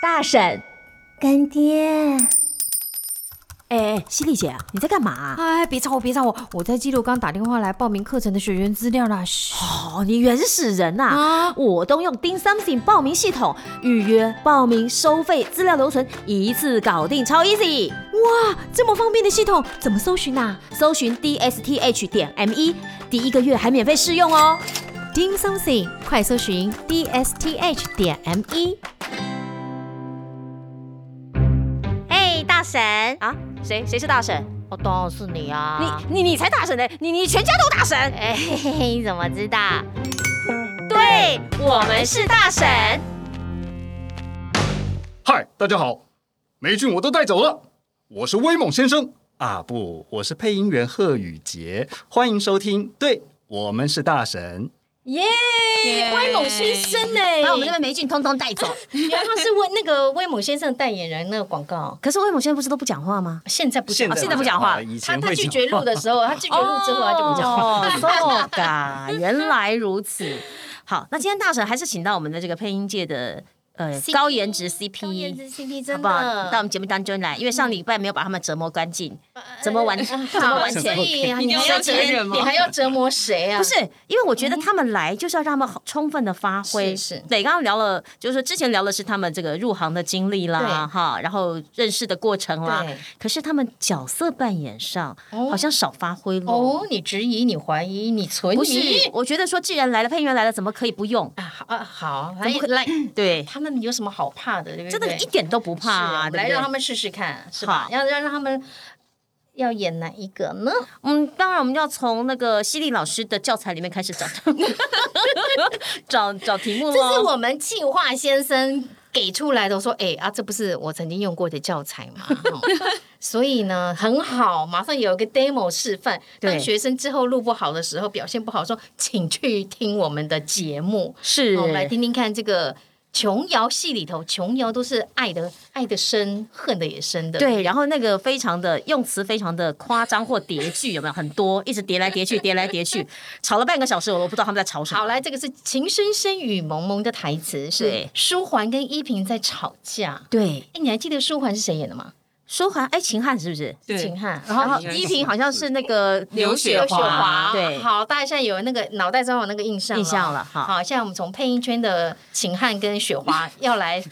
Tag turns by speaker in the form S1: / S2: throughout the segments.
S1: 大婶，
S2: 干爹，
S1: 哎，犀利姐啊，你在干嘛？
S3: 哎，别吵我，别吵我，我在记录刚打电话来报名课程的学员资料啦。嘘
S1: 哦，你原始人呐、
S3: 啊，
S1: 我都用 Ding Something 报名系统预约、报名、收费、资料留存，一次搞定，超 easy。
S3: 这么方便的系统怎么搜寻啊
S1: 搜寻 dsth 点 me，第一个月还免费试用哦。
S3: ？Ding something，快搜寻 dsth 点
S1: E
S3: me。
S1: 嘿，大婶啊，谁谁是大婶？
S3: 哦，当然是你啊
S1: 你你你才大婶呢、你你全家都大婶。
S3: 哎嘿嘿嘿，你怎么知道？
S1: 对，我们是大婶。
S4: 嗨，大家好，霉菌我都带走了，我是威猛先生。啊不，我是配音员贺宇杰，欢迎收听。对，我们是大神。
S1: 耶、威猛先生呢、欸
S2: 把我们这边霉菌通通带走。
S3: 他是威那个威猛先生代言人那个广 告，
S1: 可是威猛先生不是都不讲话吗？
S3: 现在不
S4: 现在
S1: 哦现在不讲话
S4: 以
S3: 他
S4: 前
S3: 他
S4: 会
S3: 拒
S4: 讲
S3: 绝录的时候， 他拒绝录之后
S2: 啊
S3: 他就不讲话。
S1: 哦，そうか，原来如此。好，那今天大婶还是请到我们的这个配音界的呃
S2: CP
S1: 高颜值 CP，
S3: 嗯
S2: 高颜值 CP
S1: 好
S2: 真
S1: 不好？到我
S2: 的，
S1: 们节目当中来，因为上礼拜没有把他们折磨干净，
S2: 呃
S1: 折磨完，折磨完
S2: 所
S1: 全。
S2: 以
S3: 你
S2: 你
S3: 还
S2: 还
S3: 要
S2: 要
S3: 折
S2: 折
S3: 磨，你还要折磨谁啊？
S1: 不是，因为我
S2: 嗯
S1: 觉得他们来就是要让他们好充分的发挥。
S3: 是是
S1: 对，刚刚聊了，就是说之前聊的是他们这个入行的经历啦，
S3: 对
S1: 哈，然后认识的过程啦
S3: 对。
S1: 可是他们角色扮演上
S3: 哦
S1: 好像少发挥了。
S3: 哦，你质疑，你怀疑，你存
S1: 不
S3: 疑
S1: 是，我觉得说既然来了，配音员来了，怎么可以不用？
S3: 啊！好啊，好，
S1: 怎
S3: 来
S1: 么可
S3: 来，
S1: 对，
S3: 他们有什么好怕的？对不对？
S1: 真的一点都不怕啊，对
S3: 是
S1: 不
S3: 来
S1: 对
S3: 让他们试试看，是吧
S1: 好？
S3: 要要让他们要演哪一个呢？
S1: 嗯，当然我们要从那个犀利老师的教材里面开始找， 找找题目喽。
S3: 这是我们气化先生给出来的。我说，哎啊，这不是我曾经用过的教材嘛？ 哦所以呢，很好，马上有一个 demo 示范。
S1: 对
S3: 当学生之后录不好的时候，表现不好，说请去听我们的节目。哦
S1: 是
S3: 好我们来听听看这个琼瑶戏里头，琼瑶都是爱的爱的深，恨的也深的。
S1: 对，然后那个非常的用词非常的夸张或叠句，有没有很多，一直叠来叠去，叠来叠去，吵了半个小时，我都不知道他们在吵什
S3: 好，
S1: 么。
S3: 来，这个是情深深雨蒙蒙的台词，是
S1: 对
S3: 舒缓跟依萍在吵架。
S1: 对，
S3: 哎，你还记得舒缓是谁演的吗？
S1: 舒涵，哎，秦汉是不是？
S3: 秦汉。然
S1: 然
S3: 后
S1: 后依萍好像是那个刘雪
S3: 刘雪华，
S1: 对，
S3: 好，大家现在有那个脑袋中有那个印象
S1: 印象了好
S3: 好，现在我们从配音圈的秦汉跟雪 华要来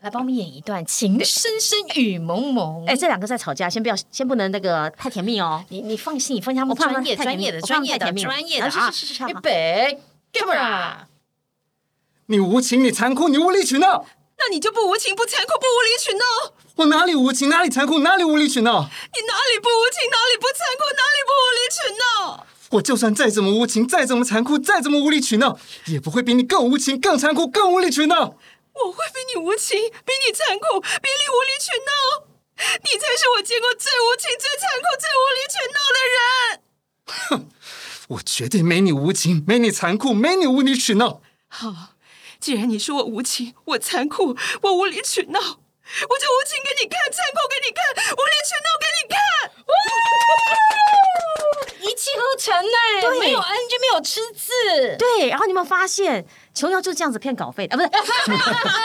S3: 来帮我们演一段《情深深雨蒙蒙》。
S1: 哎，这两个在吵架，先不要，先不能那个太甜蜜哦。
S3: 你你放心，你放心，他
S1: 我
S3: 们
S1: 怕他
S3: 专业
S1: 太
S3: 专业
S1: 甜蜜
S3: 的
S1: 我怕
S3: 专业
S1: 他太
S3: 的
S1: 甜蜜
S3: 专业的
S1: 啊是
S3: 啊！
S1: 是是是好
S3: 预备，camera。
S4: 你无情，你残酷，你无理取闹。
S5: 那你就不无情、不残酷、不无理取闹。
S4: 我哪里无情，哪里残酷，哪里无理取闹？
S5: 你哪里不无情，哪里不残酷，哪里不无理取闹？
S4: 我就算再怎么无情，再怎么残酷，再怎么无理取闹，也不会比你更无情、更残酷、更无理取闹。
S5: 我会比你无情，比你残酷，比你无理取闹。你才是我见过最无情、最残酷、最无理取闹的人。
S4: 我绝对没你无情，没你残酷，没你无理取闹。
S5: 好，既然你说我无情，我残酷，我无理取闹，我就无情给你看，残酷给你看，无理取闹给你看。
S3: 一气呵成哎、
S1: 对
S3: 没有 NG，没有吃字，
S1: 对，然后你有没有发现，琼瑶就这样子骗稿费的啊？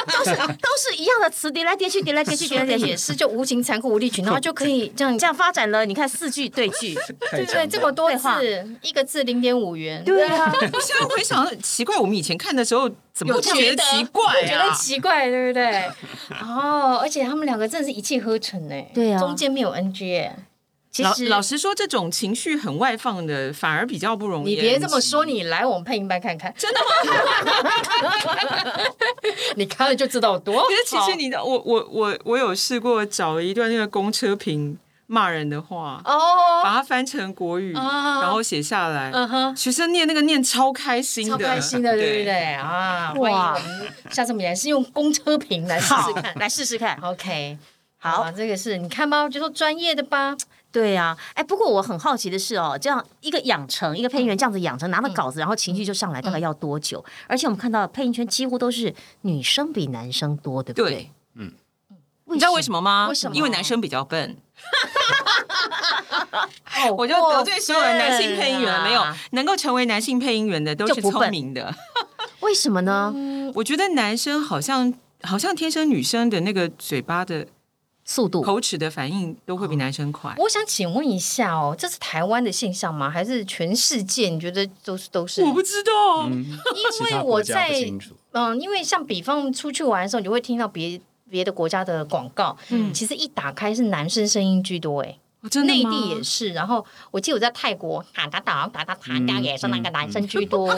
S1: 不 是，都是 都是一样的词，叠来叠去，叠来叠 去，叠来叠
S3: 也
S1: 去，
S3: 是就无情、残酷、无理取闹，就可以这样
S1: 这样发展了，你看四句 对 句，
S4: 对
S3: 对，这么多
S1: 废话
S3: 字，一个字零点五元，
S1: 对啊，
S5: 我现在回想，奇怪，我们以前看的时候怎么
S3: 不
S5: 会觉得奇怪
S3: 觉得
S5: 啊？
S3: 奇怪，对不对？ 哦，而且他们两个真的是一气呵成哎，
S1: 对啊
S3: 中间没有 NG 哎，
S1: 其
S5: 老
S1: 实
S5: 老实说，这种情绪很外放的，反而比较不容易。
S3: 你别这么说，你来我们配音班看看，真的吗？ 你看了就知道有多好
S5: 可是其实你的，我我我我有试过找了一段那个公车评骂人的话，
S3: 哦，
S5: 把它翻成国语，
S3: 啊
S5: 然后写下来。
S3: 嗯哼。
S5: 学生念那个念超开心
S3: 哦超
S5: 的，
S3: 开心的，对不对？啊？欢迎我们下次我们也是用公车评来试
S1: 好
S3: 试看。
S1: 来试试看。
S3: OK，
S1: 好
S3: 啊这个是你看吧，我就说专业的吧。
S1: 对呀、哎，不过我很好奇的是哦，这样一个养成一个配
S5: 嗯
S1: 音员这样子养成，拿到稿子然后情绪就上来，大概要多久？而且我们看到配音圈几乎都是女生比男生多，对不对？
S5: 对，你知道为什么吗？
S3: 为什么
S5: 因为男生比较笨。
S3: 好
S5: 我就
S1: 哦
S5: 得罪所有的男性配音员了，没有
S3: 过分啊
S5: 能够成为男性配音员的都
S1: 就是不笨
S5: 聪明的。
S3: 嗯
S1: 为什么呢？
S5: 我觉得男生好像好像天生女生的那个嘴巴的
S1: 速度
S5: 口齿的反应都会比男生快。
S3: 我想请问一下哦，这是台湾的现象吗？还是全世界？你觉得都是都是？
S5: 我不知道，
S4: 嗯，其
S3: 因为
S4: 他
S3: 我
S4: 国家
S3: 在
S4: 不清楚。
S3: 嗯，因为像比方出去玩的时候，你会听到别别的国家的广告，嗯，其实一打开是男生声音居多，哎，
S5: 哦真的
S3: 内
S5: 吗
S3: 地也是。然后我记得我在泰国打打打打打打打也是那个男生居
S5: 嗯
S3: 多。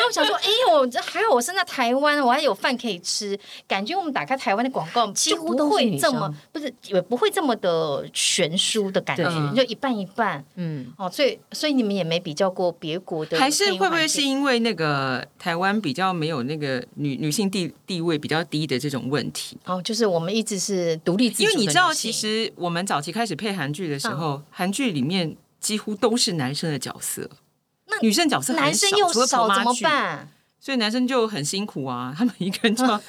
S3: 那我想说，哎呦，这还好我生在台湾，我还有饭可以吃。感觉我们打开台湾的广告，
S1: 几乎
S3: 就
S1: 都
S3: 不
S1: 是
S3: 会
S1: 女
S3: 这
S1: 生
S3: 么不是也不会这么的悬殊的感觉，
S5: 对
S3: 就一半一半。
S1: 嗯，
S3: 哦，所以所以你们也没比较过别国的配音环境，
S5: 还是会不会是因为那个台湾比较没有那个女女性地地位比较低的这种问题？
S3: 哦，就是我们一直是独立自主
S5: 因
S3: 的
S5: 为
S3: 女性，嗯
S5: 你知道，其实我们早期开始配韩剧的时候，韩剧里面几乎都是男生的角色，
S3: 那
S5: 女生角色很
S3: 男生又
S5: 除了
S3: 少
S5: 宝妈
S3: 怎么
S5: 剧，
S3: 办？嗯
S5: 所以男生就很辛苦啊，他们一个人就要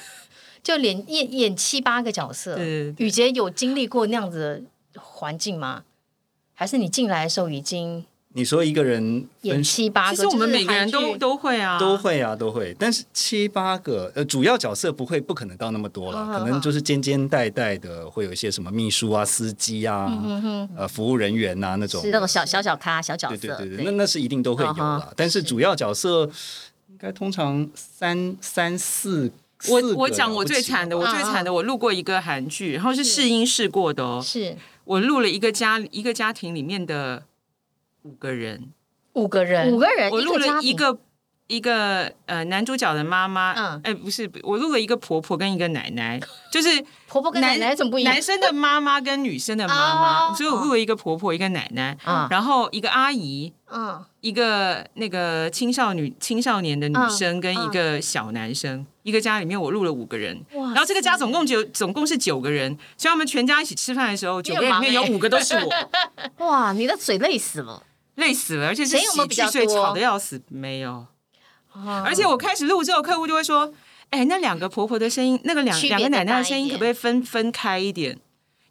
S3: 就连演演七八个角色，
S5: 对对对
S3: 雨杰有经历过那样子的环境吗？还是你进来的时候已经
S4: 你说一个人
S3: 演
S4: 分饰
S3: 七八
S5: 其
S3: 个？
S5: 实我们
S3: 就是
S5: 每个人
S3: 韩
S5: 都
S3: 剧
S5: 都会啊，
S4: 都会啊，都会，但是七八个呃主要角色不会不可能到那么多了，
S3: 嗯
S4: 可能就是尖尖带带的，会有一些什么秘书啊、司机啊、
S5: 嗯
S4: 呃服务人员呐、那种
S1: 那种小小小咖、小角
S4: 对
S1: 色，
S4: 对对对，那那是一定都会有
S1: 嗯
S4: 啦。但是主要角色应该通常三三四。四
S5: 我
S4: 个
S5: 我讲我最惨的，
S4: 了
S5: 我
S4: 不
S3: 嗯
S4: 起
S5: 最惨的，我录过一个韩剧，然后是试音试过的哦。
S3: 是
S5: 我录了一个家一个家庭里面的五个人，
S3: 五哎个人，
S1: 五个人，
S5: 我录了一
S1: 一家
S5: 个一个呃男主角的妈妈，
S3: 嗯
S5: 嗯，哎不是，我录了一个婆婆跟一个奶 奶，就是
S3: 婆婆跟奶奶怎么不一样
S5: 男？生的妈妈跟女生的妈妈，
S3: 哦
S5: 所以我录了一个婆婆一个奶奶，
S3: 嗯
S5: 然后一个阿姨。
S3: 嗯，
S5: 一个那个青少女青少年的女生
S3: 嗯
S5: 跟一个小男生，一个家里面我录了五个人，
S3: 哇
S5: 然后这个家总共只有总共是九个人，所以他们全家一起吃饭的时候，九个人里面有五个都是我，
S1: 哇，你的嘴累死了，
S5: 累死了，而且是
S3: 谁有没有
S5: 喜
S3: 比
S5: 剧
S3: 较，
S5: 所以
S3: 多
S5: 吵得要死，没有。
S3: 哦
S5: 而且我开始录之后，客户就会说：“哎，那两个婆婆的声音，那个两
S3: 区别
S5: 两个奶奶的声音，
S3: 再大一点
S5: 可不可以分分开一点？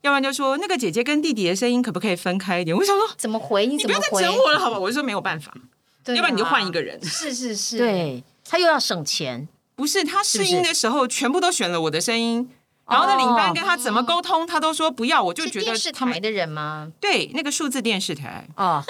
S5: 要不然就说那个姐姐跟弟弟的声音可不可以分开一点？”我想说，
S3: 怎么回？你
S5: 你
S3: 怎
S5: 不
S3: 么
S5: 要再
S3: 回？
S5: 整我了，好吧？我就说没有办法，
S3: 对啊
S5: 要不然你就换一个人。
S3: 是是是，，
S1: 对他又要省钱，
S5: 不是他试
S1: 是
S5: 音
S1: 不
S5: 的时候，全部都选了我的声音。然后那领班跟他怎么沟通，他都说不要，我就是觉得
S3: 哦电视
S5: 他
S3: 台
S5: 们
S3: 的人吗？
S5: 对那个数字电视台，
S1: 哦，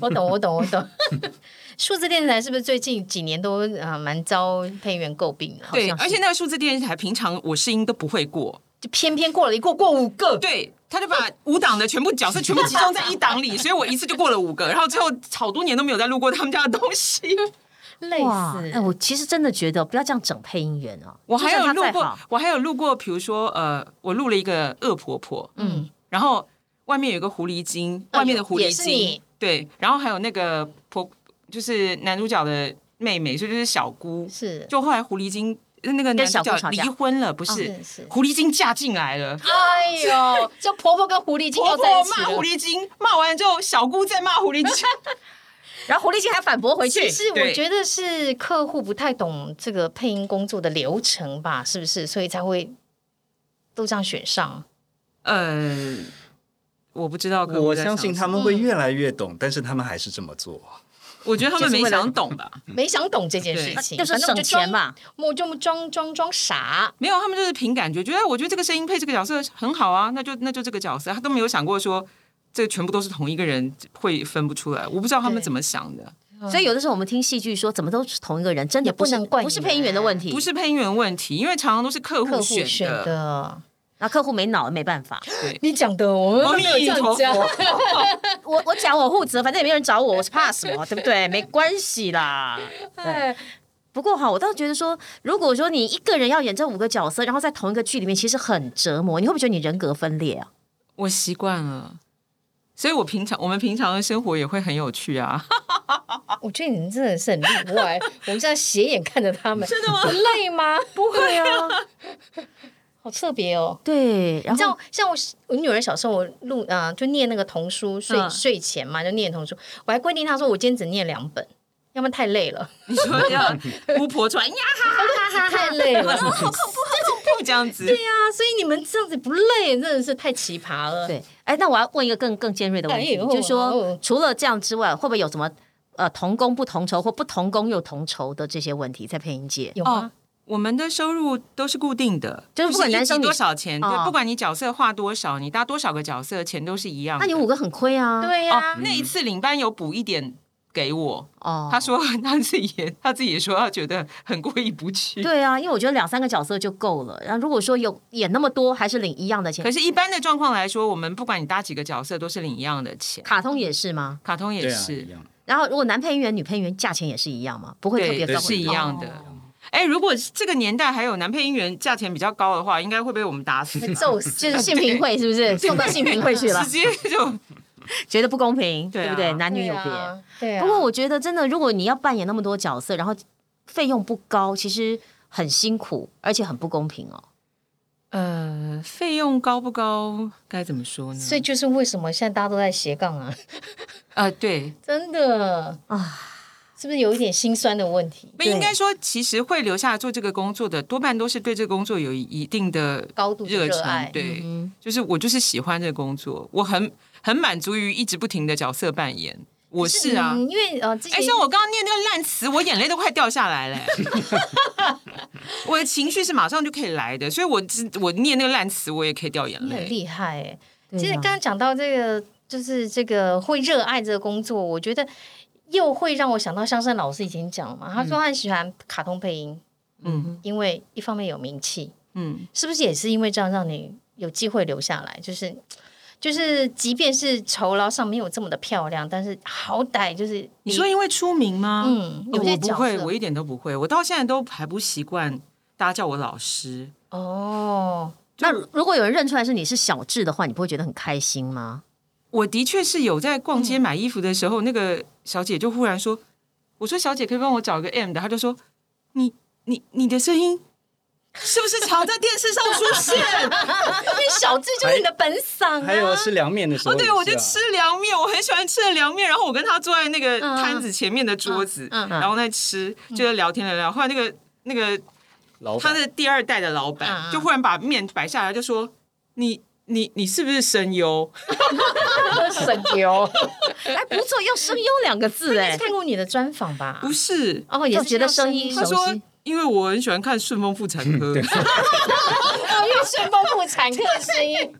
S3: 我懂，我懂，我懂。 数字电视台是不是最近几年都啊蛮遭配音员诟病的？
S5: 对，
S1: 像是
S5: 而且那个数字电视台平常我试音都不会过，
S3: 就偏偏过了一过过五个，
S5: 对，他就把五档的全部角色全部集中在一档里，所以我一次就过了五个，然后之后好多年都没有再录过他们家的东西。
S3: 累
S1: 哇，
S3: 死！
S1: 哎，我其实真的觉得不要这样整配音员哦，
S5: 我还有
S1: 就算
S5: 录
S1: 他再
S5: 过
S1: 好，
S5: 我还有录过，比如说呃，我录了一个恶婆婆，嗯，然后外面有一个狐狸精，
S1: 哦
S3: 哎呦
S5: 外面的狐狸
S3: 也是
S5: 精
S3: 你，
S5: 对，然后还有那个婆，就是男主角的妹妹，所以就是小姑，
S3: 是
S5: 就后来狐狸精。那个男主
S1: 跟小姑
S5: 角
S1: 吵
S5: 离
S1: 架哦
S5: 婚了，不是
S3: 是？是
S5: 狐狸精嫁进 来了，
S3: 哎 呦，就婆婆跟狐狸精
S5: 婆
S3: 又
S5: 婆
S3: 在一起
S5: 骂
S3: 了
S5: 狐。狸精，骂完之后，小姑再骂狐狸精，
S1: 然后狐狸精还反驳回
S3: 其
S1: 去，
S3: 实我
S5: 对
S3: 觉得是客户不太懂这个配音工作的流程吧，是不是？所以才会都这样选上。
S5: 呃，我不知道，可
S4: 我
S5: 在
S4: 相信
S5: 想
S4: 他
S5: 什么，嗯
S4: 们会越来越懂，但是他们还是这么做。
S5: 我觉得他们
S1: 就是
S5: 没
S1: 为了
S5: 想懂吧？
S3: 没想懂这件事
S5: 嗯对
S3: 情，
S1: 就是
S3: 反正我
S1: 省钱嘛。
S3: 我就装，我就装装装傻。
S5: 没有，他们就是凭感觉，觉得哎我觉得这个声音配这个角色很好啊，那就那就这个角色，他都没有想过说这全部都是同一个人，会分不出来。我不知道他们
S3: 对
S5: 怎么想的，
S1: 所以有的时候我们听戏剧说怎么都是同一个人，真的
S3: 也不
S1: 是
S3: 能怪
S1: 嗯不是
S3: 你
S1: 配音员的问题，
S5: 不是配音员问题，因为常常都是客
S3: 客
S5: 户
S3: 户
S5: 选
S3: 选
S5: 的。
S3: 的，
S1: 那客户没脑没办法。
S3: 你讲的我
S5: 阿
S3: 们
S5: 弥
S3: 没有这
S5: 陀
S3: 样讲。
S5: 佛，
S1: 我我讲我负责，反正也没有人找我，我是怕什 么，对不对？没关系啦。
S3: 哎，
S1: 不过哈，我倒觉得说，如果说你一个人要演这五个角色，然后在同一个剧里面，其实很折磨。你会不会觉得你人格分裂啊？
S5: 我习惯了。所以，我平常我们平常的生活也会很有趣 啊。
S3: 我觉得你们真的是很例外， 我们这样斜眼看着他们，真的吗？不累吗？不会啊， 好特别哦。
S1: 对，然
S3: 你知
S1: 后
S3: 道，像我我女儿小时候，我录啊、就念那个童书，睡、
S5: 嗯
S3: 睡前嘛就念童书，我还规定她说我今天只念两本，要不然太累了，
S5: 你说要巫婆传呀，
S3: 太累 了。对
S5: 这样子，
S3: 啊，所以你们这样子不累，真的是太奇葩了。
S1: 对，哎，那我要问一个更更尖锐的问题，
S3: 哎呦
S1: 就是说
S3: 哦，
S1: 除了这样之外，会不会有什么呃同工不同酬或不同工又同酬的这些问题在配音界？
S3: 有
S5: 哦
S3: 吗？，
S5: 我们的收入都是固定的，
S1: 就是不管
S5: 一集
S1: 男生女
S5: 多少钱，
S1: 哦
S5: 对，不管你角色画多少，你搭多少个角色，钱都是一样的。哦
S1: 那你五个很亏啊。
S3: 对呀、
S5: 哦，那一次领班有补一点给我，
S1: 哦，
S5: 他说 他自己也他自己也说他觉得很过意不去。
S1: 对啊，因为我觉得两三个角色就够了。然后如果说有演那么多，还是领一样的钱
S5: 可，是，一般的状况来说，我们不管你搭几个角色，都是领一样的钱。
S1: 卡通也是吗？
S5: 卡通也
S4: 对啊，一
S5: 是，
S4: 样。
S1: 然后如果男配音员、女配音员价钱也啊是一样吗？不会特别
S5: 对，
S1: 高，
S5: 是一样的
S4: 哦。
S5: 哎，如果这个年代还有男配音员价钱比较高的话，应该会被我们打死吧，
S1: 揍死哦就是性平会是不 是送到性平会去了
S5: 直？接就
S1: 觉得不公平，
S5: 对啊
S1: 对不对？男女有
S3: 对
S1: 别。
S3: 啊，对啊。
S1: 不过我觉得真的，如果你要扮演那么多角色，然后费用不高，其实很辛苦，而且很不公平哦。
S5: 呃，费用高不高？该怎么说呢？
S3: 所以就是为什么现在大家都在斜杠啊，
S5: 呃，对，
S3: 真的
S1: 啊
S3: 啊，是不是有一点心酸的问题？
S5: 不应该说，其实会留下来做这个工作的，多半都是对这个工作有一定的
S3: 高度的
S5: 热
S3: 热
S5: 忱
S3: 爱。
S5: 对，
S1: 嗯
S5: 就是我就是喜欢这个工作，我很很满足于一直不停的角色扮演。我是啊
S3: 嗯，因为呃，之
S5: 哎、
S3: 前
S5: 像我刚刚念那个烂词，我眼泪都快掉下来了、 我的情绪是马上就可以来的，所以我只我念那个烂词，我也可以掉眼
S3: 你很
S5: 泪。
S3: 厉害哎、
S1: 对啊
S3: 其实刚刚讲到这个，就是这个会热爱这个工作，我觉得又会让我想到香生老师以前讲嘛，他说他很喜欢卡通配音，
S5: 嗯
S3: 因为一方面有名气，
S5: 嗯，
S3: 是不是也是因为这样让你有机会留下来？就是就是，即便是酬劳上没有这么的漂亮，但是好歹就是
S5: 你说因为出名吗？
S3: 嗯
S5: 呃
S3: 有些
S5: 我不
S3: 角
S5: 会，
S3: 色
S5: 我一点都不会，我到现在都还不习惯大家叫我老师。
S3: 哦，
S1: 那如果有人认出来是你是小智的话，你不会觉得很开心吗？
S5: 我的确是有在逛
S3: 嗯
S5: 街买衣服的时候，那个小姐就忽然说：“我说小姐可以帮我找一个 M 的。”她就说：“你你你的声音是不是常在电视上出 现
S3: 因为小智就是你的本嗓啊，
S4: 还有吃凉面的？”时
S5: 哦，
S4: 候也是啊，
S5: 对，我就吃凉面，我很喜欢吃的凉面。然后我跟她坐在那个摊子前面的桌子，
S3: 嗯嗯嗯
S1: 嗯
S5: 然后在吃，就在聊天聊聊。后来那个那个
S4: 老
S5: 他
S4: 板
S5: 的第二代的老
S3: 嗯
S5: 板
S3: 嗯
S5: 就忽然把面摆下来，就说：“你你你是不是声优？”
S3: 省油。
S1: 哎，不错，用“声优”两个字 哎，
S3: 看过 你的专访吧？
S5: 不是，
S3: 哦，也
S1: 就是觉得
S3: 叫
S1: 声
S3: 声
S1: 音
S3: 音
S5: 他
S1: 熟悉
S5: 说。因为我很喜欢看《顺风妇产 科》，
S3: 哦因为顺丰妇 产科的声音。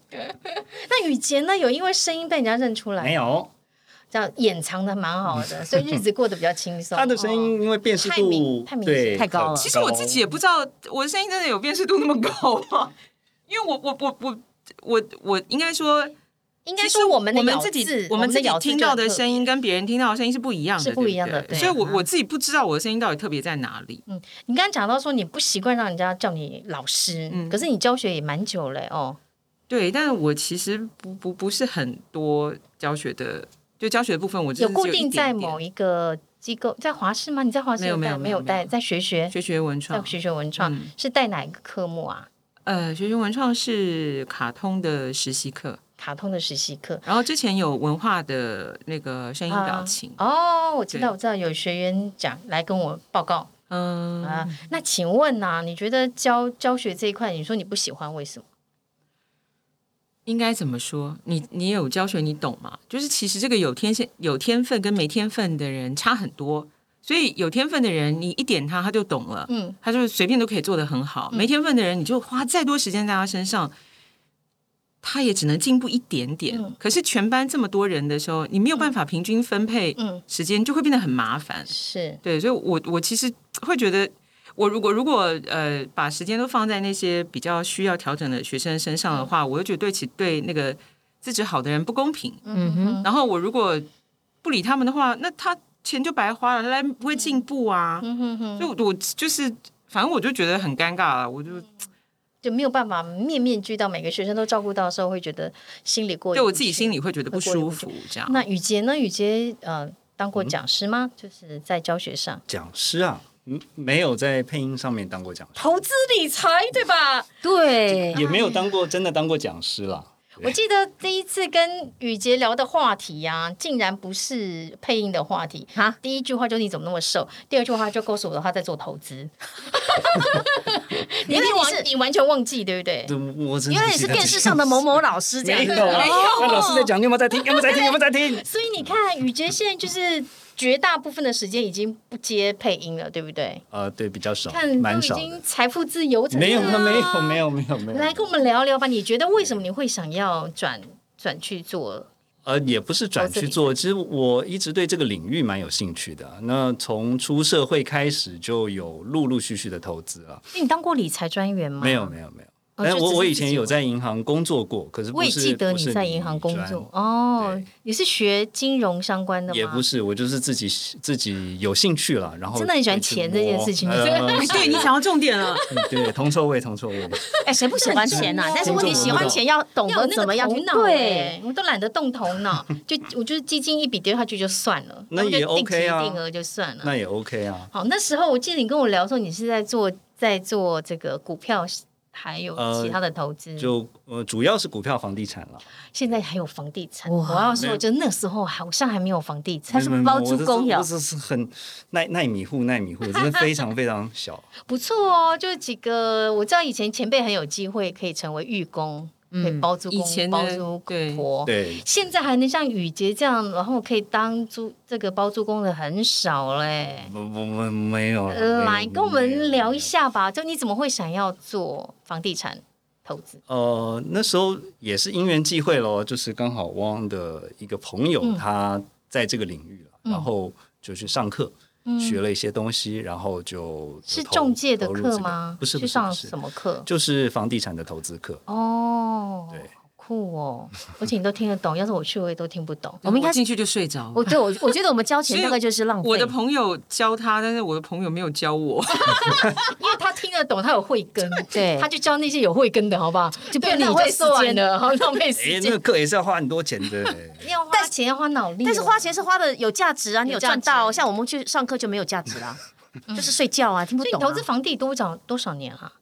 S3: 那雨杰呢？有因为声音被人家认出来，
S4: 没，有
S3: 这样掩藏的蛮好 的，所以日子过得比较轻松。哦
S4: 他的声音，因为辨识
S3: 太
S4: 度
S3: 明太明
S4: 对
S3: 显
S1: 哦太高了
S5: 其实我自己也不知道我的声音真的有辨识度那么高吗？ 因为我我我我我我应该说，
S3: 应
S5: 应
S3: 该说我们的
S5: 我们
S3: 咬
S5: 自己
S3: 字
S5: 我们自己
S3: 咬字
S5: 听
S3: 就
S5: 到
S3: 很
S5: 的
S3: 特
S5: 声音跟别人听到的声音是不一样的，
S3: 是不一样的
S5: 对对
S3: 对
S5: 所以我
S3: 嗯
S5: 我自己不知道我的声音到底特别在哪里。
S3: 别。你刚刚讲到说你不习惯让人家叫你老师，
S5: 嗯
S3: 可是你教学也蛮久了哦。
S5: 对，但是我其实不不不是很多教学的，就教学的部分我真
S3: 有
S5: 的
S3: 固
S5: 只一
S3: 定
S5: 点
S3: 在
S5: 点
S3: 某一个机构，在华师吗？你在华师
S5: 没有没有
S3: 带
S5: 没
S3: 没
S5: 有
S3: 有带？
S5: 没有
S3: 在学学，
S5: 学学文创
S3: 在，学学文创
S5: 嗯
S3: 是带哪一个科目啊？
S5: 呃，学学文创是卡通的实习课，
S3: 卡通的实习课。
S5: 然后之前有文化的那个声音表情，
S3: 啊哦，我知
S5: 对
S3: 道，我知道，有学员讲来跟我报告
S5: 嗯、
S3: 啊。那请问呐、你觉得教教学这一块，你说你不喜欢，为什么？
S5: 应该怎么说？你你有教学，你懂吗？就是其实这个有天线、有天分跟没天分的人差很多，所以有天分的人，你一点他他就懂了，
S3: 嗯，
S5: 他就是随便都可以做得很好。没天分的人，你就花再多时间在他身上，他也只能进步一点点。
S3: 嗯
S5: 可是全班这么多人的时候，你没有办法平均分配
S3: 嗯
S5: 时间，就会变得很麻烦。
S3: 是
S5: 对，所以我我其实会觉得，我如果如果呃把时间都放在那些比较需要调整的学生身上的话，我就觉得对其对那个资质好的人不公平。
S1: 嗯哼，
S5: 然后我如果不理他们的话，那他钱就白花了，他不会进步啊。
S3: 嗯哼哼，
S5: 所以我我就是，反正我就觉得很尴尬了。我就
S1: 嗯
S3: 就没有办法面面俱到，每个学生都照顾到的时候，会觉得心里过意
S5: 对我
S3: 不
S5: 自己
S3: 去
S5: 心。里会觉得不舒服，这样。
S3: 那雨杰呢？雨杰呃，当过讲师
S5: 嗯
S3: 吗？就是在教学上，
S4: 讲师啊，嗯，没有在配音上面当过讲师，
S3: 投资理财对吧？
S1: 对，
S4: 也没有当过真的当过讲师啦。
S3: 我记得第一次跟雨杰聊的话题呀、竟然不是配音的话题
S1: 啊
S3: 第一句话就你怎么那么瘦，第二句话就告诉我他在做投 资。你你完你完全忘记对不对？
S4: 对我真的
S1: 原来你是电视上的某某老师这
S4: 没
S1: 样
S4: 有啊？那老师在讲，你有没有在听？有没有在听？有没有在听？
S3: 所以你看，雨杰现在就是绝大部分的时间已经不接配音了，对不对？
S4: 呃，对，比较少
S3: 看，都
S4: 蛮
S3: 已
S4: 少的。
S3: 经财富自由成这
S4: 没有，
S3: 样啊
S4: 没有，没有，没有，没有。
S3: 来跟我们聊聊吧，你觉得为什么你会想要转转去做？
S4: 呃，也不是转
S3: 投资
S4: 去
S3: 理
S4: 做，其实我一直对这个领域蛮有兴趣的。那从出社会开始就有陆陆续续的投资了，
S3: 哎你当过理财专员吗？
S4: 没有，没有，没有。
S3: 啊哦
S4: 但
S3: 就
S4: 我
S3: 只是
S4: 我
S3: 自
S4: 以前
S3: 己
S4: 有在银行工作过，可是不
S3: 我也
S4: 是
S3: 记得
S4: 不
S3: 你
S4: 是
S3: 在银行工
S4: 专
S3: 作哦，你是学金融相关的吗？
S4: 也不是，我就是自己自己有兴趣了，然后
S3: 真的很喜欢
S4: 一直
S3: 钱这件
S4: 摸
S3: 事情
S4: 呃
S5: 哎
S4: 嗯
S5: 对你讲到重点了，
S4: 对，同臭味，同臭味。
S1: 哎，谁不喜欢钱呐、
S3: 这很重要
S1: 但是问题，喜欢钱要懂
S3: 要有
S1: 得
S3: 那
S1: 怎么
S3: 个
S1: 样
S3: 头
S1: 去
S3: 脑
S1: 对。
S3: 欸，我都懒得动头脑，就我就是基金一笔丢下去就算了，
S4: 那
S3: 然后就
S4: 也
S3: 定期
S4: OK 啊
S3: 定额就算了。
S4: 那也 OK 啊。
S3: 好，那时候我记得你跟我聊说你是在做在做这个股票，还有
S4: 呃
S3: 其他的投资，
S4: 就呃，主要是股票、房地产了。
S3: 现在还有房地产。
S1: 哇
S3: 我要说，就那时候好像还没有房地产，
S1: 是
S4: 没有没有
S1: 包
S4: 嗯我
S1: 租
S4: 这
S1: 公
S4: 是
S1: 呀
S4: 我这是很耐耐米户，耐米户，真的非常非常 小。
S3: 不错哦。就是几个我知道以前前辈很有机会可以成为玉工，可
S1: 嗯
S3: 以包租公、
S5: 以前的
S3: 包租
S5: 对
S3: 婆，
S4: 对，
S3: 现在还能像雨杰这样，然后可以当租这个包租公的很少嘞。
S4: 我我我没有了。没
S3: 呃
S4: 有
S3: 来跟我
S4: 没有
S3: 们聊一下吧，就你怎么会想要做房地产投资？
S4: 呃，那时候也是因缘际会咯，就是刚好汪的一个朋友
S3: 嗯
S4: 他在这个领域了，然后就去上课，学了一些东西，然后就就是投
S3: 嗯中介的
S4: 投入这
S3: 课
S4: 个
S3: 吗？
S4: 不是，不
S3: 去
S4: 是，
S3: 上
S4: 不是
S3: 什，么课？
S4: 就是房地产的投资课。
S3: 哦，
S4: 对
S3: 好酷哦！而且你都听得 懂，要是我去我也都听不懂。
S1: 我们应该
S5: 进去就睡着了
S1: 我。对我我觉得我们交钱
S5: 所以
S1: 大概就是浪费。
S5: 我的朋友教他，但是我的朋友没有教
S1: 哦
S5: 我。
S3: 因为他听得懂，他有慧根，
S1: 对
S3: 他就教那些有慧根的，好不好？就
S1: 不用
S3: 浪
S1: 浪
S3: 费
S1: 费
S3: 时
S1: 时
S3: 间
S1: 间
S3: 了，好浪费
S4: 哎
S3: 时，
S4: 那
S3: 间
S4: 个。课也是要花很多钱的。
S3: 要花钱，要花脑力，哦
S1: 但是花钱。是花的有价值啊，你有
S3: 价
S1: 赚
S3: 值
S1: 到。像我们去上课就没有价值啦，就是睡觉啊，听不
S3: 所以
S1: 懂
S3: 你
S1: 啊。
S3: 投资房地多少多少年啊？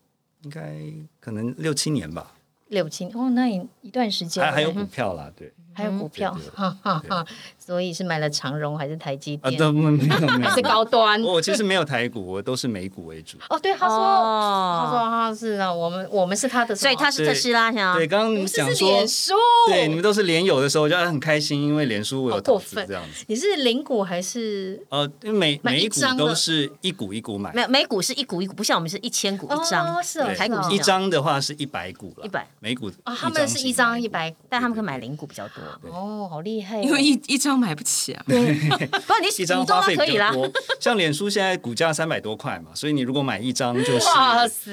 S4: 应该可能六七年吧，
S3: 六七哦，那一一段时间欸
S4: 还还有股票啦，对
S3: 还有股票啊
S4: 对对，
S3: 哈哈哈。所以是买了长荣还是台积
S4: 啊，哦
S3: 电？
S4: 都没有没有没
S3: 还是
S4: 有，
S3: 高端？
S4: 我其实没有台股，我都是美股为主。
S3: 哦，对，他说，他说
S1: 哦，
S3: 他是啊，我们我们是他的什么，
S1: 所以他是特斯拉，想
S4: 对，刚刚你
S3: 不
S4: 们
S3: 是
S4: 讲
S3: 是
S4: 说，
S3: 脸书，
S4: 对，你们都是连友的时候，我就啊很开心，因为脸书我
S3: 哦
S4: 有
S3: 好过
S4: 投资
S3: 分
S4: 这样子。
S3: 你是零股还是
S4: 呃，因为每
S3: 买
S4: 每
S3: 一
S4: 一股
S3: 张
S4: 都
S3: 了
S4: 是一股一股买
S1: 没，有美股是一股一股，不像我们是一千股一张
S3: 哦，是哦
S4: 对，
S1: 台股是这
S4: 一
S1: 样
S4: 张的话是一百股了，
S1: 100
S4: 每股
S3: 啊？他们是一张一
S4: 股，
S3: 百，
S1: 但他们可以买零股比较多。
S4: 对
S3: 哦，好厉害哦！
S5: 因为一一张买不起啊，
S1: 不，你
S4: 一
S1: 你
S4: 张
S1: 动
S4: 花
S1: 到
S4: 费
S1: 可
S4: 比
S1: 以
S4: 较
S1: 啦。
S4: 多。像脸书现在股价三百多块嘛，所以你如果买一张就是
S3: 哇塞，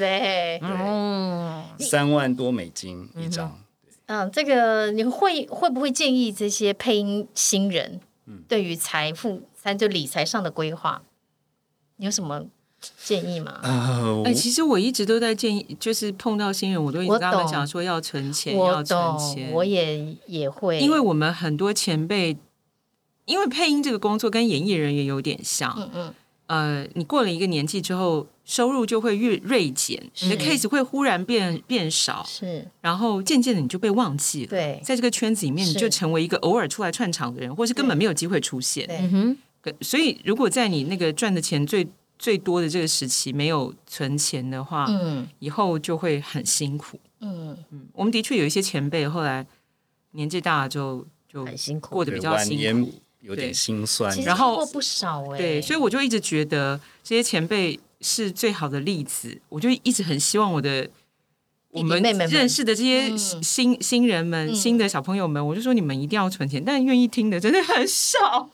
S4: 对
S1: 嗯，
S4: 三万多美金一张。
S3: 嗯，这个你会会不会建议这些配音新人，
S4: 嗯
S3: 对于财富三就理财上的规划，你有什么建议吗？
S4: 呃，我
S5: 哎、其实我一直都在建议，就是碰到新人，我都一直
S3: 我
S5: 跟他们
S3: 懂
S5: 讲说要存钱，要
S3: 我
S5: 存
S3: 懂
S5: 钱，。
S3: 我也也会，
S5: 因为我们很多前辈，因为配音这个工作跟演艺人员有点像，
S3: 嗯嗯，
S5: 呃，你过了一个年纪之后，收入就会越锐减，你的 case 会忽然变变少，
S3: 是
S5: 然后渐渐的你就被忘记了。
S3: 对
S5: 在这个圈子里面，
S3: 是
S5: 你就成为一个偶尔出来串场的人，或是根本没有机会出现。
S3: 对
S1: 嗯哼，
S5: 可所以，如果在你那个赚的钱最最多的这个时期没有存钱的话，
S3: 嗯
S5: 以后就会很辛苦。
S3: 嗯，
S5: 嗯，我们的确有一些前辈后来年纪大了就就
S1: 很辛苦
S5: 过得
S4: 对
S5: 比较
S4: 晚
S5: 辛苦。
S4: 年有点
S5: 对
S4: 心酸
S3: 其，实
S5: 然后
S3: 听过不少哎，
S5: 对，所以我就一直觉得这些前辈是最好的例子，我就一直很希望我的。我们
S3: 妹妹们
S5: 认识的这些
S3: 嗯
S5: 新新新人们、
S3: 嗯
S5: 新的小朋友们，我就说你们一定要存钱，但愿意听的真的很少。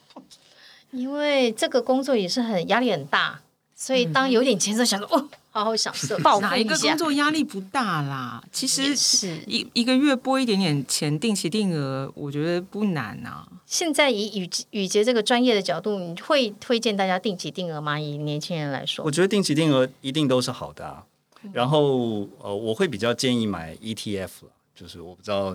S3: 因为这个工作也是很压力很大，所
S5: 嗯
S3: 以当有点钱的时候，想说哦，好好享受，报
S5: 哪一个工作压力不大啦？其实
S3: 是
S5: 一一个月拨一点点钱，定期定额，我觉得不难啊。
S3: 现在以雨雨杰这个专业的角度，你会推荐大家定期定额吗？以年轻人来
S4: 我
S3: 说，
S4: 觉得定期定额一定都是好的、啊。然后呃，我会比较建议买 E ETF 了，就是我不知道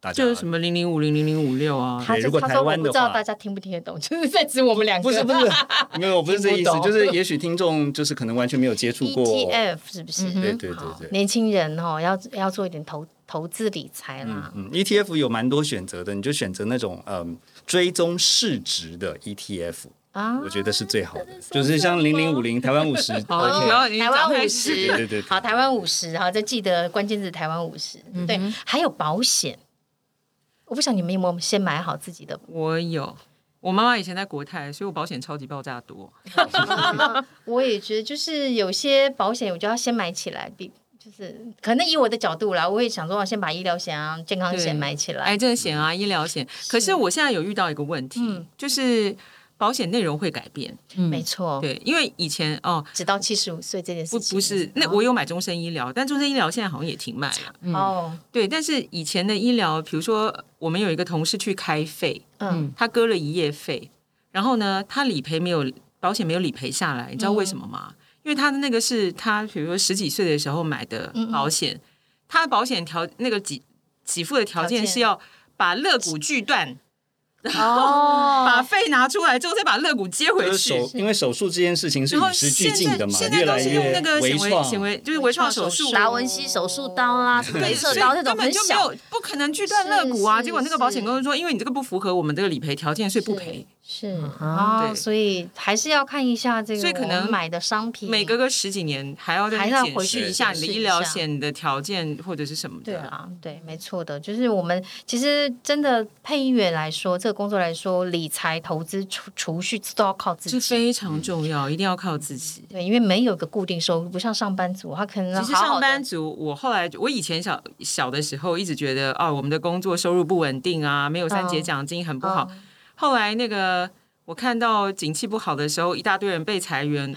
S4: 大家
S5: 就是什么零零五零零零五六啊，
S3: 他
S4: 对如果
S3: 他
S4: 台
S3: 说我
S4: 湾
S3: 不
S4: 的
S3: 知道
S4: 话
S3: 大家听不听得懂，就是在指我们两个。啊
S4: 不是不 是， 没有，我不是这意
S3: 听
S4: 思
S3: 不，懂
S4: 就是也许听众就是可能完全没有接触
S5: E
S4: 过，
S3: ETF ，E 是不
S5: 嗯
S3: 是？
S4: 对对对
S3: 好
S4: 对。
S3: 年轻人哦，要要做一点投投资理财啦。
S4: 嗯，ETF 有蛮多选择的，你就选择那种嗯追踪市值的 ETF，
S3: 啊，
S4: 我觉得是最好 的，就是像零零五零哦台湾五十，
S5: 好不要你
S3: 台湾
S5: 讲太细
S3: 五十，
S4: 对对对
S3: 好，台湾五十，好，再记得关键字台湾五十。对，还有保险，我不想你们有没有先买好自己的
S5: 我有，我妈妈以前在国泰，所以我保险超级爆炸多。
S3: 我也觉得，就是有些保险，我就要先买起来，比就是可能以我的角度啦，我也想说，先把医疗险啊、健康险
S5: 对
S3: 买起来
S5: 癌。症险啊、医疗险，可是我现在有遇到一个问题，
S3: 嗯
S5: 就是保险内容会改变。
S3: 没错，
S5: 对，因为以前哦，
S3: 直到七十五岁这件
S5: 不
S3: 事情啊
S5: 不是，
S3: 嗯
S5: 那我有买终身医疗，但终身医疗现在好像也停卖了。
S3: 哦，
S5: 对，但是以前的医疗，比如说我们有一个同事去开费，
S3: 嗯，
S5: 他割了一夜肺，然后呢，他理赔没有保险没有理赔下来，你知道为什么吗？因为他的那个是他比如说十几岁的时候买的保险，他的保险条那个给给付的条
S3: 条
S5: 件
S3: 件
S5: 是要把肋骨锯断，把
S3: 哦，
S5: 肺拿出来之后再把肋骨接回
S4: 就是
S5: 去。
S4: 手，因为手术这件事情是
S5: 然后
S4: 与时
S5: 现
S4: 俱进的
S5: 在
S4: 嘛，
S5: 现在
S4: 越
S5: 都
S4: 来
S5: 是用
S4: 越
S5: 那个
S4: 微
S5: 显微
S4: 创，
S5: 显微就是微创手术，
S1: 达文西手术刀啦，什么
S5: 对
S1: 镭射
S5: 所以
S1: 刀那种
S5: 根本
S1: 很
S5: 就没
S1: 小
S5: 有，不可能锯断肋骨啊！
S3: 是
S5: 结果那个
S3: 是
S5: 保险公司说，因为你这个不符合我们这个理赔条件，所以不赔。
S3: 是
S5: 对
S3: 哦，所以还是要看一下这个，
S5: 所以可能
S3: 买的商品
S5: 每隔个十几年还要再
S3: 还要
S5: 检
S3: 回
S5: 视
S3: 去
S5: 一下你的
S3: 检视
S5: 医
S3: 一
S5: 疗
S3: 下
S5: 险你的条件或者是什么
S3: 对
S5: 的。
S3: 啊，对，没错的，就是我们其实真的配音员来说，这个工作来说，理财、投资、储储蓄都要靠自
S5: 这
S3: 己。
S5: 非常重要，一定要靠自己。
S3: 对，因为没有一个固定收入，不像上班族，他可能
S5: 其实
S3: 嗯好好
S5: 上
S3: 地
S5: 班族，我后来我以前小小的时候一直觉得啊，我们的工作收入不稳定啊，没有三节
S3: 嗯
S5: 奖金很不好。后来那个我看到景气不好的时候，一大堆人被裁员。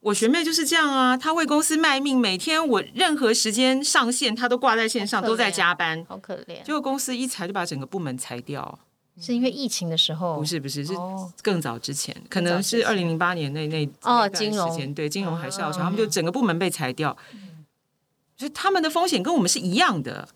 S5: 我学妹就是这样啊，她为公司卖命，每天我任何时间上线，她都挂在线上，
S3: 好可怜啊
S5: 都在加班。
S3: 好可怜
S5: 结，果公司一裁就把整个部门裁掉，
S3: 是因为疫情的时候，
S5: 不是不是是
S3: 哦
S5: 更早之前，可
S3: 更早
S5: 能
S3: 之
S5: 是
S3: 前
S5: 二零零八年那那
S3: 哦
S5: 那段
S3: 金
S5: 时
S3: 融嗯
S5: 间对金融海啸的时候，
S3: 啊
S5: 他们就整个部门被裁掉，所以他们的风险跟我们是一样的，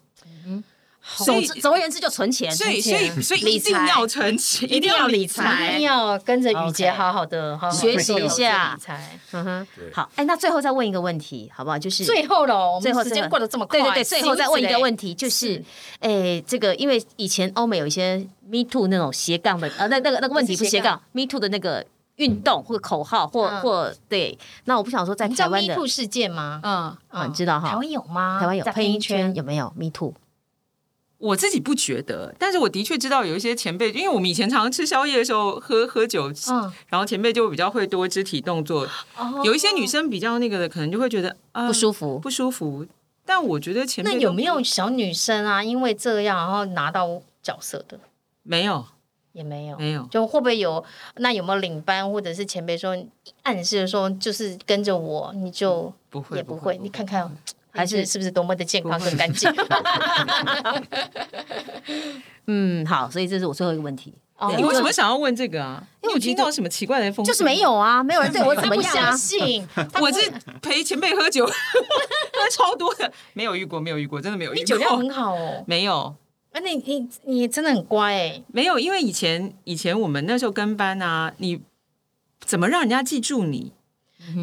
S3: 嗯
S5: 所
S1: 总
S5: 以
S1: 之总而言之就存钱。
S5: 所以所
S3: 存钱
S5: 以所以
S3: 理
S5: 一定
S3: 财
S5: 要存钱，
S1: 一定要理
S3: 一定要跟着雨杰
S1: OK
S3: 好好的好好地
S1: 学习一下
S3: 理财。
S1: 嗯哼
S4: 对，
S1: 好，哎，那最后再问一个问题，好不好？就是
S3: 最后了，我
S1: 最后
S3: 们时
S1: 最
S3: 间
S1: 后
S3: 过得这么快，
S1: 对对对，最后再问一个问
S3: 题，
S1: 题，就是，诶，这个因为以前欧美有一些 Me Too 那种斜杠的，呃，那那个那个问题不是斜杠，Me Too 的那个运动或口号或
S3: 嗯
S1: 或对，那我不想说在
S3: 你知道
S1: 台湾
S3: Me
S1: 的
S3: Too 事件吗？
S5: 嗯，
S1: 啊，你知道哈，
S3: 台湾有吗？
S1: 台湾有
S3: 在
S1: 配
S3: 配
S1: 音
S3: 音
S1: 圈
S3: 圈
S1: 有没有 Me Too？
S5: 我自己不觉得，但是我的确知道有一些前辈，因为我们以前常常吃宵夜的时候喝喝酒，
S3: 嗯
S5: 然后前辈就比较会多肢体动作，
S3: 哦
S5: 有一些女生比较那个的，可能就会觉得啊
S1: 不舒服，
S5: 不舒服。但我觉得前辈
S3: 那
S5: 都
S3: 有没有小女生啊？因为这样然后拿到角色的
S5: 没有
S3: 也没有，
S5: 没有
S3: 就会不会有？那有没有领班或者是前辈说暗示说就是跟着我，你就
S5: 嗯不会
S3: 也不会？你看看
S1: 还
S3: 还
S1: 是
S3: 是是不是多么的健康
S5: 不会
S3: 跟干净？
S1: 嗯，好，所以这是我最后一个问题，
S3: 哦
S5: 你为什么想要问这个啊？因为我听到什么奇怪的风，
S1: 就是没。有啊，没有人对我怎
S3: 他
S1: 么
S3: 不
S1: 样啊
S3: 相，信，
S5: 我是 陪前辈喝酒， 喝超多的，没有遇过，没有遇过，真的没有遇过。
S3: 你酒量很好 哦。
S5: 没有，
S3: 啊，你你你真的很乖哎，
S5: 没有，因为以前以前我们那时候跟班啊，你怎么让人家记住你？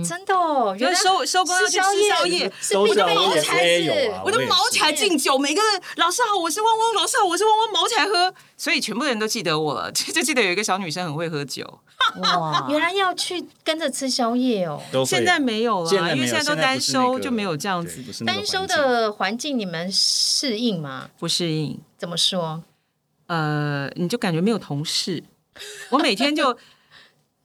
S3: 真的哦，
S5: 就是收收工要去吃宵夜，
S3: 是
S4: 都
S3: 必
S4: 是啊
S3: 备
S4: 我
S3: 的
S4: 也
S3: 才
S4: 我也
S3: 是
S4: 有啊，
S5: 我都
S4: 也
S5: 毛
S4: 是
S5: 起来敬酒，每个人老师好，我是汪汪，老师好，我是汪汪，毛起来喝，所以全部人都记得我了， 就就记得有一个小女生很会喝酒，
S1: 哇，
S3: 原来要去跟着吃宵夜哦。
S4: 都会
S5: 现在没有
S4: 现在没
S5: 了，
S4: 有
S5: 因为现在都
S4: 不
S5: 单
S4: 是
S5: 收，
S4: 那个
S5: 就没有这样子
S4: 对不是那个
S3: 单收
S4: 环境
S3: 的环境你们适应吗？
S5: 不适应。
S3: 怎么说？
S5: 呃，你就感觉没有同事。我每天 就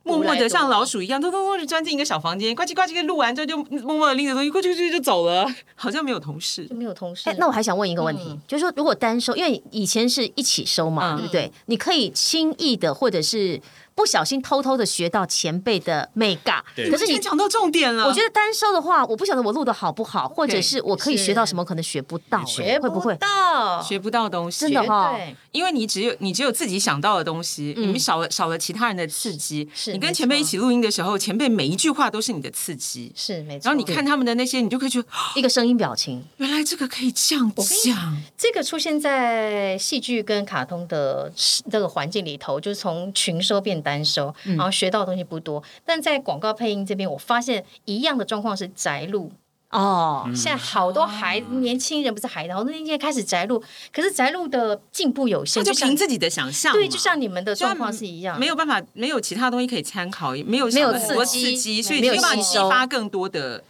S5: 默默
S3: 独来独
S5: 的
S3: 往
S5: 像老鼠一样，偷偷偷的钻进一个小房间，呱唧呱唧地录完之后，就默默的拎着东西，过去去就走了，好像没有同事
S3: 就。没有同事？
S1: 哎，那我还想问一个问题，
S3: 嗯
S1: 就是说，如果单收，因为以前是一起收嘛，
S5: 嗯
S1: 对不对？你可以轻易的，或者是不小心偷偷的学到前辈的 mega，
S4: 对
S1: 可是
S5: 今
S1: 你
S5: 天。讲到重点了，
S1: 我觉得单收的话，我不晓得我录的好不好，或者是我可以学到什么，可能学不到、
S4: 是
S1: 哎
S3: 学
S1: 会不会？
S3: 到？
S5: 学不到东西，
S1: 真的
S3: 绝
S1: 哈
S3: 对
S5: 因为你只有你只有自己想到的东西，你少了少了其他人的刺激。
S3: 嗯是
S5: 你跟
S3: 没
S5: 前辈
S3: 错
S5: 一起录音的时候，前辈每一句话都是你的刺激，
S3: 是没错。
S5: 然后你看他们的那些，你就可以觉得哦
S1: 一个声音表情，
S5: 原来这个可以这样讲。
S3: 这个出现在戏剧跟卡通的这个环境里头，就是从群收变单收，
S5: 嗯
S3: 然后学到的东西不多。但在广告配音这边，我发现一样的状况是宅录。
S1: 哦，
S5: 嗯
S3: 现在好多孩
S5: 啊
S3: 年轻人不是孩子，好多年轻人开始宅录，可是宅录的进步有
S5: 这
S3: 限，
S5: 就
S3: 像
S5: 凭自己的想象嘛，
S3: 对，就像你们的
S5: 就
S3: 状况是一样，
S5: 没有办法，没有其他东西可以参考，也没有
S1: 没有
S5: 很多
S1: 刺
S5: 刺
S1: 激
S5: 激，所以
S1: 没
S5: 没
S1: 有
S5: 有办法
S1: 吸
S5: 激
S1: 收
S5: 发更多的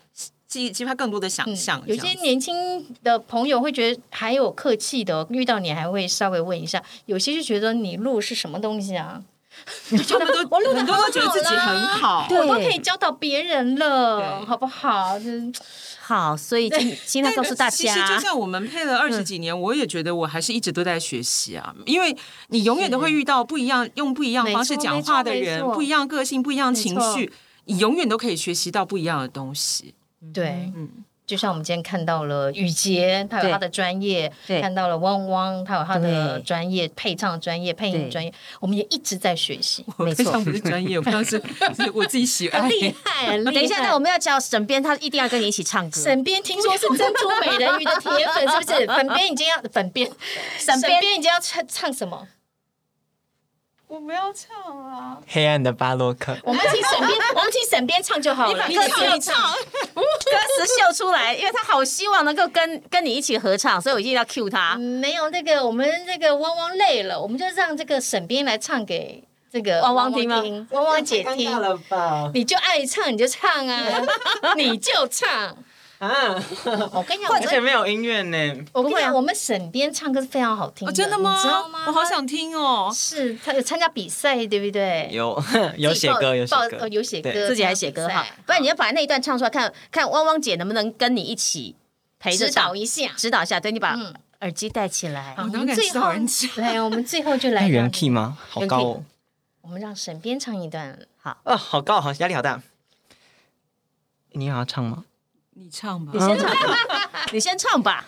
S5: 激激发更多的想
S3: 嗯
S5: 象。
S3: 有
S5: 这
S3: 些
S5: 样子
S3: 年轻的朋友会觉得还有客气的，遇到你还会稍微问一下；有些就觉得你录是什么东西啊？
S5: 他们都
S3: 我录得
S5: 很多都觉得自己
S3: 好
S5: 很
S3: 啦
S5: 好，
S1: 对
S3: 我都可以教导别人了，
S5: 对
S3: 好不好？就是
S1: 好，所以今现在告诉大
S5: 但其实就
S1: 家，
S5: 算我们配了
S3: 嗯
S5: 二十几年，我也觉得我还是一直都在学习啊，因为你永远都会遇到不一样、用不一样方式讲话的
S3: 没
S5: 人，
S3: 错没错
S5: 不一样个性、不一样情
S3: 没
S5: 绪，你永远都可以学习到不一样的东西。
S3: 对，
S5: 嗯，
S3: 就像我们今天看到了雨杰，他有
S1: 对
S3: 他的专业；
S1: 对
S3: 看到了汪汪，他有他的
S1: 对
S3: 专业，配唱专业、配音
S1: 对
S3: 专业，我们也一直在学习，
S5: 我
S1: 没
S5: 非
S1: 错
S5: 常不是专业，我刚刚是是我自己喜爱。
S3: 厉害！很厉害
S1: 等一下，那我们要叫沈编，他一定要跟你一起唱歌。
S3: 沈边听说是珍珠美人鱼的铁粉，是不是？粉边已经要粉边，沈边已经要唱唱什么？
S5: 我不要唱啊！
S6: 黑暗的巴洛克，
S3: 我们请沈边，我们请沈边唱就好了。你
S1: 歌词唱，歌词秀出来，因为他好希望能够跟跟你一起合唱，所以我一定要 cue 他。
S3: 没有那个，我们这个汪汪累了，我们就让这个沈边来唱给这个
S1: 汪
S3: 汪
S1: 汪听吗
S3: 汪汪姐听。
S6: 吧？
S3: 你就爱唱你就唱啊，你就唱。
S6: 啊，
S3: 我跟你讲，
S6: 而且
S3: 我
S6: 没有音乐呢。
S3: 我跟你讲，我们沈边唱歌是非常好听
S5: 哦，真的
S3: 你知道吗？
S5: 我好想听哦。
S3: 是他有参加比赛，对不对？
S6: 有 有写歌，有写
S3: 报
S6: 歌
S3: 哦，，有写歌，
S6: 对
S1: 自己来写歌哈
S3: 参加比赛，
S1: 不然你要把那一段唱出来，看看汪汪姐能不能跟你一起陪着
S3: 指
S1: 唱
S3: 导一下。
S1: 指导一下，对你把
S3: 嗯
S1: 耳机戴起来。
S5: 我
S3: 我
S5: 能
S3: 们
S5: 感
S3: 最
S5: 受
S3: 后
S5: 到人家
S3: 来，我们最后就
S6: 那
S3: 来
S6: 原
S3: 让
S6: key 吗？好
S1: 原
S6: 高
S1: key
S6: 哦，
S3: 我们让沈边唱一段。
S6: 啊，好高，好压力好大。你也要唱吗？
S5: 你唱吧
S1: 你，先唱， 你先唱吧。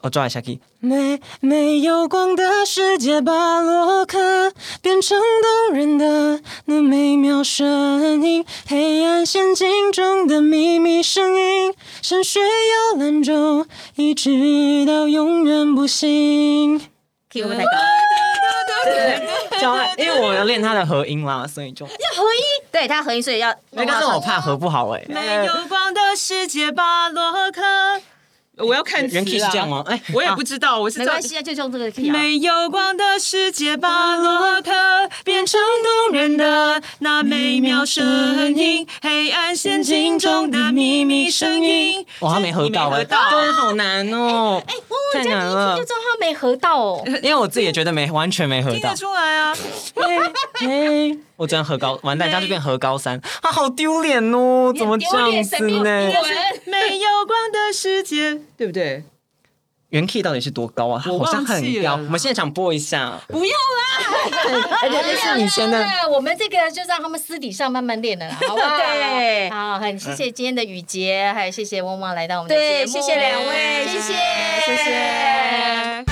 S6: 我抓一下 key。没没有光的世界，巴洛克变成动人的那美妙声音，黑暗陷阱中的秘密声音，深水摇篮中一直到永远不醒。
S1: Q 不太高，
S6: 教外，因为我有练他的合音啦，所以就
S1: 对他合音，所以要
S6: 那但是我怕合不好哎、
S5: 没有光的世界，巴洛克。我要看
S6: 原 key
S5: 词
S6: 是
S5: 啊
S6: 这样吗？？哎、
S5: 我也不知道，我是
S1: 没
S5: 照
S1: 关系啊，就用这个 key 啊。
S5: 没有光的世界，巴洛克变成动人的那美妙声音，黑暗陷阱中的秘密声音。
S6: 我还没合到哎、
S5: 你没合到
S6: 真的好难哦、
S3: 哎，汪
S6: 太
S3: 汪姐，
S6: 难
S3: 你一听
S6: 了
S3: 就知道他没合到哦。
S6: 因为我自己也觉得没完全没合
S5: 哎听
S6: 到
S5: 得，出来啊！
S6: 哎哎我真的 合高，完蛋，这样就变合高三，啊，好丢脸哦，怎么这样子呢？
S5: 没有光的世界，对不对？
S6: 原 key 到底是多高啊？
S5: 我
S6: 好像
S5: 忘记
S6: 很
S5: 了
S6: 高，我们现场播一下，
S5: 不要啦，
S6: 而且这是以前的
S3: 对，我们这个就让他们私底下慢慢 练了啦，好不好？
S1: 对
S3: 好，很谢谢今天的雨杰，还有谢谢汪汪来到我们的
S1: 对
S3: 节目
S1: 谢谢两位
S3: 谢谢，
S1: 谢谢。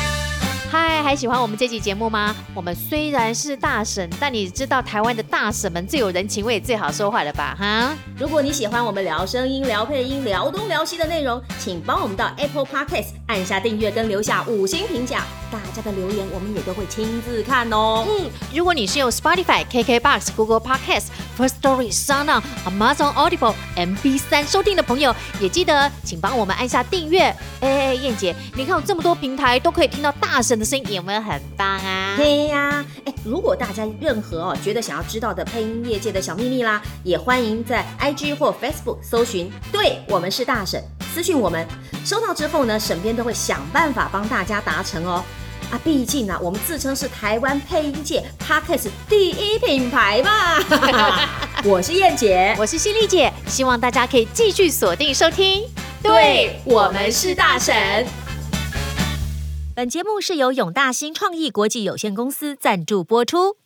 S7: 嗨，还喜欢我们这期节目吗？我们虽然是大婶，但你知道台湾的大婶们最有人情味、最好说话了吧？哈。
S1: 如果你喜欢我们聊声音、聊配音、聊东聊西的内容，请帮我们到 Apple Podcast 按下订阅跟留下五星评价，大家的留言我们也都会亲自看哦。
S7: 如果你是用 Spotify、KKBox、Google Podcast、First Story、Sound On、Amazon Audible、MB 三收听的朋友，也记得请帮我们按下订阅。哎哎，燕姐，你看有这么多平台都可以听到大婶的声音，有没有很棒啊？
S1: 嘿呀，哎，如果大家任何哦觉得想要知道的配音业界的小秘密啦，也欢迎在 IG 或 Facebook 搜寻“对我们是大婶”，私讯我们。收到之后呢，沈编都会想办法帮大家达成哦。啊，毕竟呢、我们自称是台湾配音界 Podcast 第一品牌 嘛。我是燕姐，
S7: 我是犀利姐，希望大家可以继续锁定收听。
S1: 对我们是大婶。本节目是由永大新创意国际有限公司赞助播出。